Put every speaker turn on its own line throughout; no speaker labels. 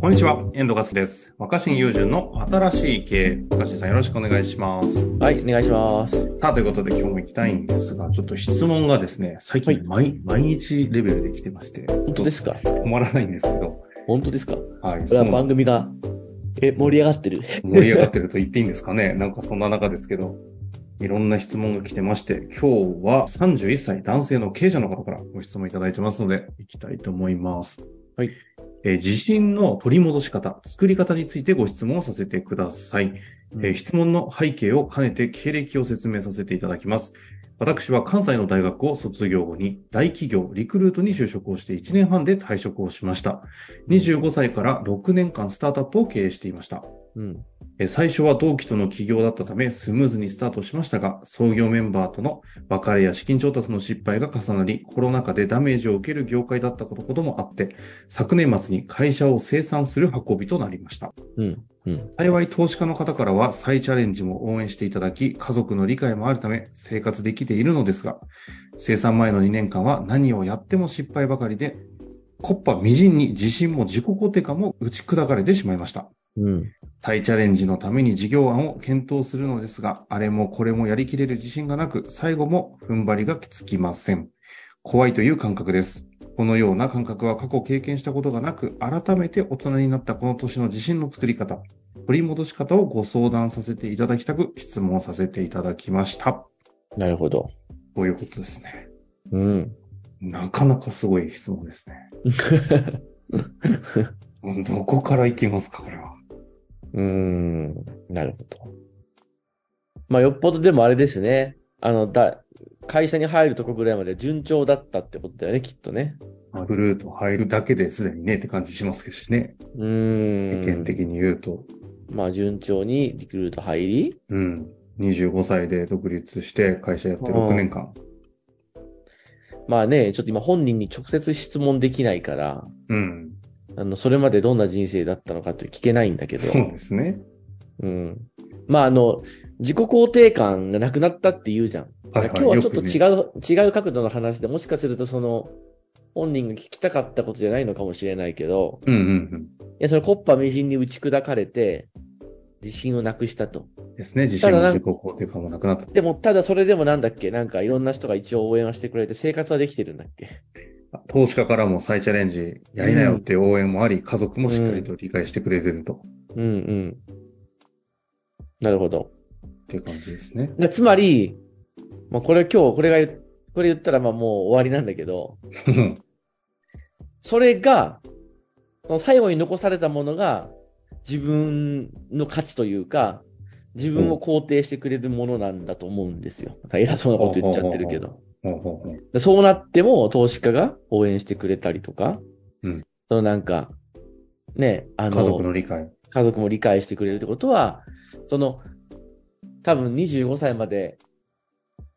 こんにちは、遠藤勝です。若新雄純の新しい経営。若新さんよろしくお願いします。
はい、お願いします。
さあ、ということで今日も行きたいんですが、ちょっと質問がですね、最近毎,、毎日レベルで来てまして、
本当ですか
止まらないんですけど、
本当ですか
はい、
これ
そ
は
の
番組が、え、盛り上がってる。
盛り上がってると言っていいんですかね。なんかそんな中ですけど、いろんな質問が来てまして、今日は31歳男性の経営者の方からご質問いただいてますので、行きたいと思います。
はい。
えー地震の取り戻し方、作り方についてご質問をさせてください。えー質問の背景を兼ねて経歴を説明させていただきます。私は関西の大学を卒業後に大企業リクルートに就職をして1年半で退職をしました。25歳から6年間スタートアップを経営していました。
うん。
えー最初は同期との起業だったためスムーズにスタートしましたが、創業メンバーとの別れや資金調達の失敗が重なり、コロナ禍でダメージを受ける業界だったこともあって、昨年末に会社を清算する運びとなりました。
うん。うん。
幸い投資家の方からは再チャレンジも応援していただき、家族の理解もあるため生活できているのですが、生産前の2年間は何をやっても失敗ばかりで、コッパみじんに自信も自己肯定感も打ち砕かれてしまいました。
うん。
再チャレンジのために事業案を検討するのですが、あれもこれもやりきれる自信がなく、最後も踏ん張りがつきません。怖いという感覚です。このような感覚は過去経験したことがなく、改めて大人になったこの年の自信の作り方、取り戻し方をご相談させていただきたく、質問させていただきました。
なるほど。
こういうことですね。
うん。
なかなかすごい質問ですね。どこからいきますか、これは。
うーん。なるほど。まあ、よっぽどでもあれですね。あの、だ、会社に入るとこぐらいまで順調だったってことだよね、きっとね。
グルート入るだけですでにねって感じしますけどね。
うーん。
意見的に言うと。
まあ、順調にリクルート入り、
うん。25歳で独立して会社やって
うん
6年間。
まあね、ちょっと今本人に直接質問できないから、
うん。
あの、それまでどんな人生だったのかって聞けないんだけど。
そうですね。
うん。まあ、あの、自己肯定感がなくなったって言うじゃん。
はいはい
今日はちょっと
よくね
違う、違う角度の話で、もしかするとその、本人が聞きたかったことじゃないのかもしれないけど、
うんうん
いや、そのコッパみじんに打ち砕かれて、自信をなくしたと。
うん。ですね。自信
た
も
だなん
自己肯定感もなくなった。
でも、ただそれでもなんだっけなんかいろんな人が一応応援はしてくれて、生活はできてるんだっけ
投資家からも再チャレンジやりなよっていう応援もあり、家族もしっかりと理解してくれてると。
うんうん。なるほど。
っていう感じです ね。
でつまり、まあ、これ今日、これが言、これ言ったらまあもう終わりなんだけど、それが、その最後に残されたものが、自分の価値というか、自分を肯定してくれるものなんだと思うんですよ。なんか偉そうなこと言っちゃってるけど。
ほうほうほう
でそうなっても、投資家が応援してくれたりとか、
うん
そのなんか、ね、あの、
家族の理解。
家族も理解してくれるってことは、その、多分25歳まで、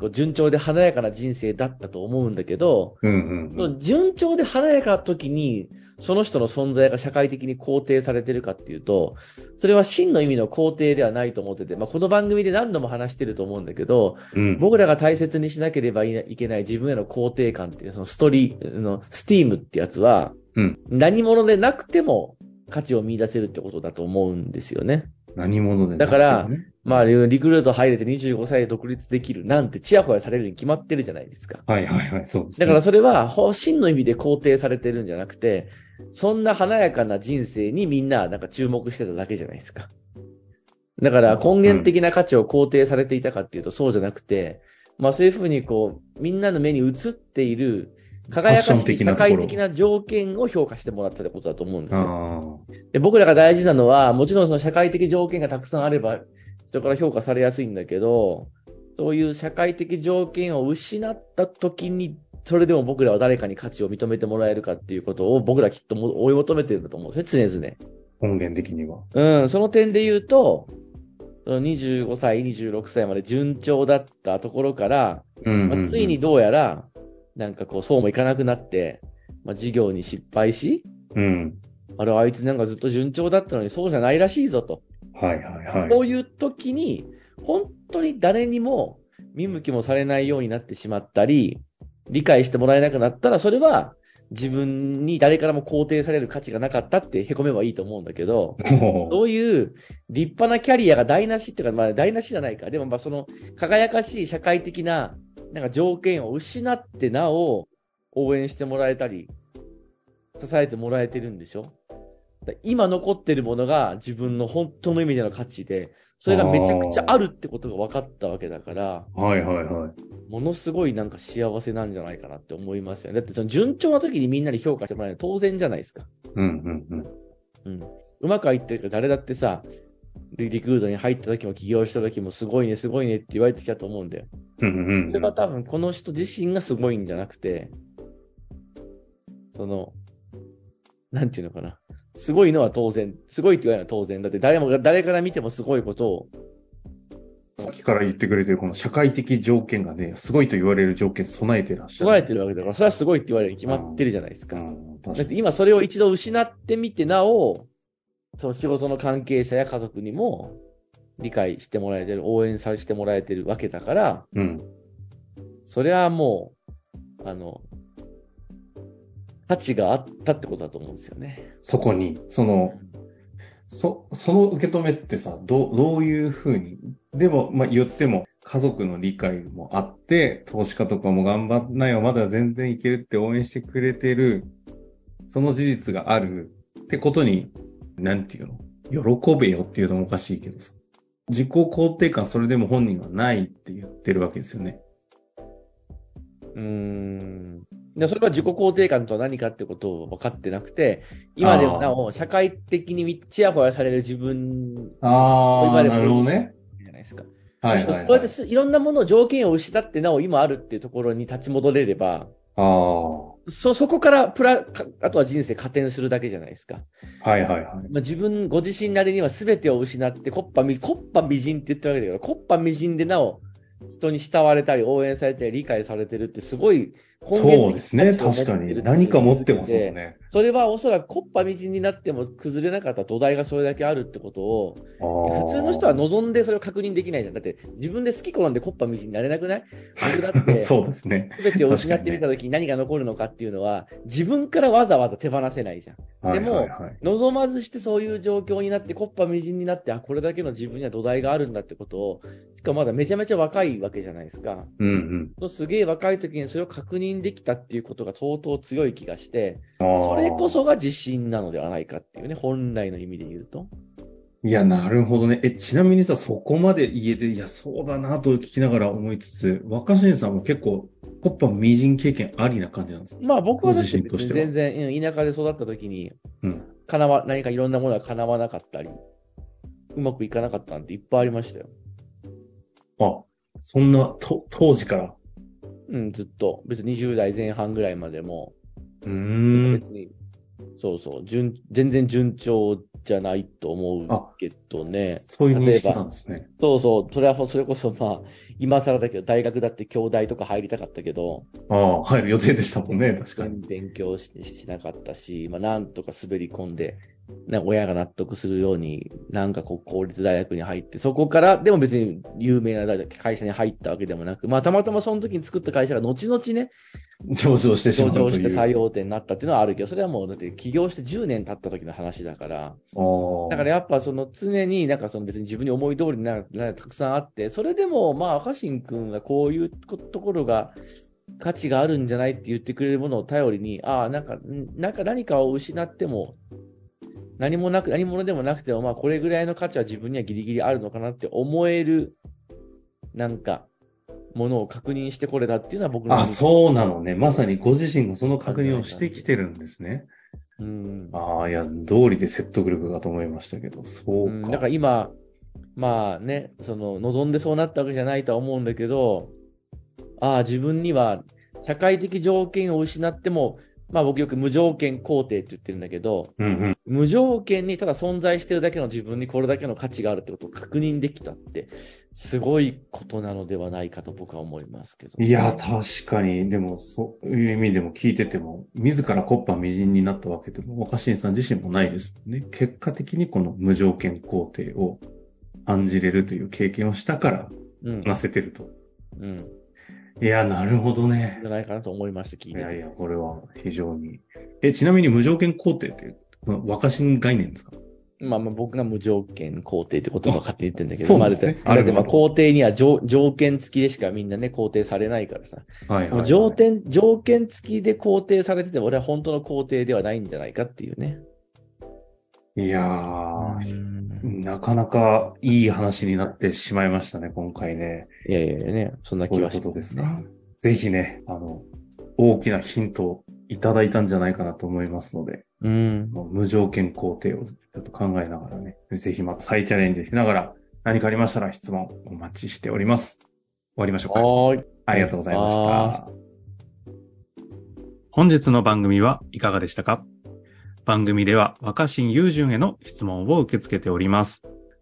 こう順調で華やかな人生だったと思うんだけど、
うんうん
そ
うん。
の順調で華やかな時に、その人の存在が社会的に肯定されてるかっていうと、それは真の意味の肯定ではないと思ってて、まあ、この番組で何度も話してると思うんだけど、
うん、
僕らが大切にしなければいけない自分への肯定感っていう、そのストリ、あの、スティームってやつは、
うん
何者でなくても価値を見出せるってことだと思うんですよね。
何者でなくてもね
だから、まあ、リクルート入れて25歳で独立できるなんて、ちやほやされるに決まってるじゃないですか。
はいはいはい、そうです、
だ
ね。
からそれは、方針の意味で肯定されてるんじゃなくて、そんな華やかな人生にみんな、なんか注目してただけじゃないですか。だから、根源的な価値を肯定されていたかっていうと、そうじゃなくて、まあそういうふうに、こう、みんなの目に映っている、
フ
輝
ァ
か
ッショ
し
ン的
い
な
社
ところ
会的な条件を評価してもらったってことだと思うんですよ。
あ
で僕らが大事なのは、もちろんその社会的条件がたくさんあれば、人から評価されやすいんだけど、そういう社会的条件を失った時に、それでも僕らは誰かに価値を認めてもらえるかっていうことを僕らきっとも追い求めてるんだと思うんですね、常々。
あ、本源的には。
うん、その点で言うと、その25歳、26歳まで順調だったところから、
うんうんうん
まあ、ついに、どうやら、なんかこう、そうもいかなくなって、まあ、事業に失敗し、
うん。
あれ、あいつなんかずっと順調だったのにそうじゃないらしいぞと。
はいはい
こ
は
ういう時に、本当に誰にも見向きもされないようになってしまったり、理解してもらえなくなったら、それは自分に誰からも肯定される価値がなかったって凹めばいいと思うんだけど、
おー
そういう立派なキャリアが台無しっていうか、まあ台無しじゃないか。でもまあその輝かしい社会的な、なんか条件を失ってなお応援してもらえたり、支えてもらえてるんでしょだから今残ってるものが自分の本当の意味での価値で、それがめちゃくちゃあるってことが分かったわけだから、
はいはいはい。
ものすごいなんか幸せなんじゃないかなって思いますよね。だってその順調な時にみんなに評価してもらえるのは当然じゃないですか。
うんうんうん。
うん。うまくはいってるけど、誰だってさ、リリクルートに入った時も起業した時もすごいね、すごいねって言われてきたと思うんだよ。
うん
そ
うんう
れ
ん。
は多分この人自身がすごいんじゃなくて、その、なんていうのかな。すごいのは当然。すごいって言われるのは当然。だって誰も、誰から見てもすごいことを、
さっきから言ってくれてるこの社会的条件がね、すごいと言われる条件備えてらっしゃる。
備えてるわけだから、それはすごいって言われるに決まってるじゃないですか
う。ん、確
だ
か
って
に。
今それを一度失ってみて、なお、その仕事の関係者や家族にも理解してもらえてる、応援させてもらえてるわけだから、
うん。
それはもう、あの、価値があったってことだと思うんですよね。
そこに、その、そ、その受け止めってさ、どう、どういうふうに、でも、まあ、言っても、家族の理解もあって、投資家とかも頑張んないよ、まだ全然いけるって応援してくれてる、その事実があるってことに、なんていうの喜べよっていうのもおかしいけどさ。自己肯定感それでも本人はないって言ってるわけですよね。
うーん。でそれは自己肯定感とは何かってことを分かってなくて、今でもなお、社会的にちやほやされる自分
あ
今
あ、
でも
なるほどね。
じゃないですか。
はいはい、
そう
は
やって
い。
すいろんなものを条件を失ってなお今あるっていうところに立ち戻れれば、
ああ、は
そ、そこからプラ、かあとは人生加点するだけじゃないですか。
いはいはい。
まあ、自分、ご自身なりには全てを失って、コッパみ、コッパみじんって言ってるわけだけど、コッパみじんでなお、人に慕われたり、応援されたり、理解されてるってすごい根源的
そうですね。
価値を持っ
確
て
か
るっていう
に。何か持ってますもん
で
ね。
それはおそらくコッパみじんになっても崩れなかった土台がそれだけあるってことを、普
普
通の人は望んでそれを確認できないじゃん。だって、自分で好き好んでコッパみじんになれなく ない僕だって、
そうですね。
全てを失ってみた時に何が残るのかっていうのは、自分からわざわざ手放せないじゃん。で
は
も
いはいはい、
望まずしてそういう状況になって、コッパみじんになって、あ、これだけの自分には土台があるんだってことを、しかもまだめちゃめちゃ若いわけじゃないですか。
うん
そのすげえ若い時にそれを確認できたっていうことが相当強い気がして、
うん。あー
それこ。そが自信なのではないかっていうね、本来の意味で言うと。
いや、なるほどね。え、ちなみにさ、そこまで言えて、いや、そうだなと聞きながら思いつつ、若新さんも結構、コッパみじん経験ありな感じなんですか
まあ僕はだって
ご自身と
別
し
に
ては
全然、うん田舎で育った時に、
うん。
かなわ、何かいろんなものが叶わなかったり、うまくいかなかったなんていっぱいありましたよ。
あ、そんな、と、当時から。
うん、ずっと。別に20代前半ぐらいまでも、
うーん。
別に、そうそう、順、全然順調じゃないと思うけどね。
そういう認識なんですね。
そうそう、それはほ、それこそまあ、今更だけど、大学だって兄弟とか入りたかったけど、
ああ、入る予定でしたもんね、確かに。
勉強ししなかったし、まあ、なんとか滑り込んで、ね、親が納得するように、なんかこう、公立大学に入って、そこから、でも別に有名な大学会社に入ったわけでもなく、まあ、たまたまその時に作った会社が後々ね、
上場してしま
上
うという。
場して採用店になったっていうのはあるけど、それはもう、だって起業して10年経った時の話だから、
ああ。
だからやっぱその常になんかその別に自分に思い通りになるなるたくさんあって、それでもまあ若新君がこういうこところが価値があるんじゃないって言ってくれるものを頼りに、ああ、なんか、んなんか何かを失っても、何もなく、何者でもなくても、まあこれぐらいの価値は自分にはギリギリあるのかなって思える、なんか、ものを確認してこれたっていうのは僕の。
あ、そうなのね。まさにご自身がその確認をしてきてるんですね。
うん。、
ああ、いや、道理で説得力がと思いましたけど、そううんか。
だから今、まあね、その、望んでそうなったわけじゃないとは思うんだけど、ああ、自分には、社会的条件を失っても、まあ僕よく無条件肯定って言ってるんだけど、
うんうん。
無条件にただ存在してるだけの自分にこれだけの価値があるってことを確認できたって、すごいことなのではないかと僕は思いますけど、
いや、確かに、でも、そういう意味でも聞いてても、自らコッパみじんになったわけでも、若新さん自身もないですもんね。結果的にこの無条件肯定を感じれるという経験をしたから、
うん、
なせてると。
うん。
いや、なるほどね。
じゃないかなと思いました、聞い
い
て
やい
て。
や、これは非常に。え、ちなみに無条件肯定って、この若新概念ですか
まあまあ僕が無条件肯定って言葉を勝手に言ってるんだけど、
そう
ま
な
あ
ん
だ
で
っ
すね
て、だってまあ
なるほ
肯定には条条件付きでしかみんなね、肯定されないからさ。
はいはい、
もう条件、条件付きで肯定されてても、俺は本当の肯定ではないんじゃないかっていうね。
いやー、なかなかいい話になってしまいましたね、今回ね。
いやいやいやね、そんな
そう
気
いう
は
こ
し
と
て
ですか。ぜひね、あの、大きなヒントをいただいたんじゃないかなと思いますので、
うん。
もう無条件肯定をちょっと考えながらね、ぜひまた再チャレンジしながら、何かありましたら質問お待ちしております。終わりましょうか。
はーい。
ありがとうございま
あ
した。本日の番組はいかがでしたか番組では若新雄純への質問を受け付けております。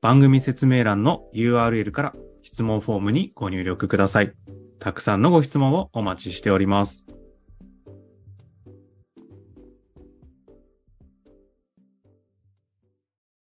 番組説明欄の URL から質問フォームにご入力ください。たくさんのご質問をお待ちしております。